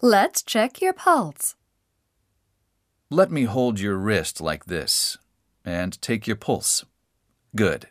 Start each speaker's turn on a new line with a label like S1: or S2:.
S1: Let's check your pulse.
S2: Let me hold your wrist like this and take your pulse. Good.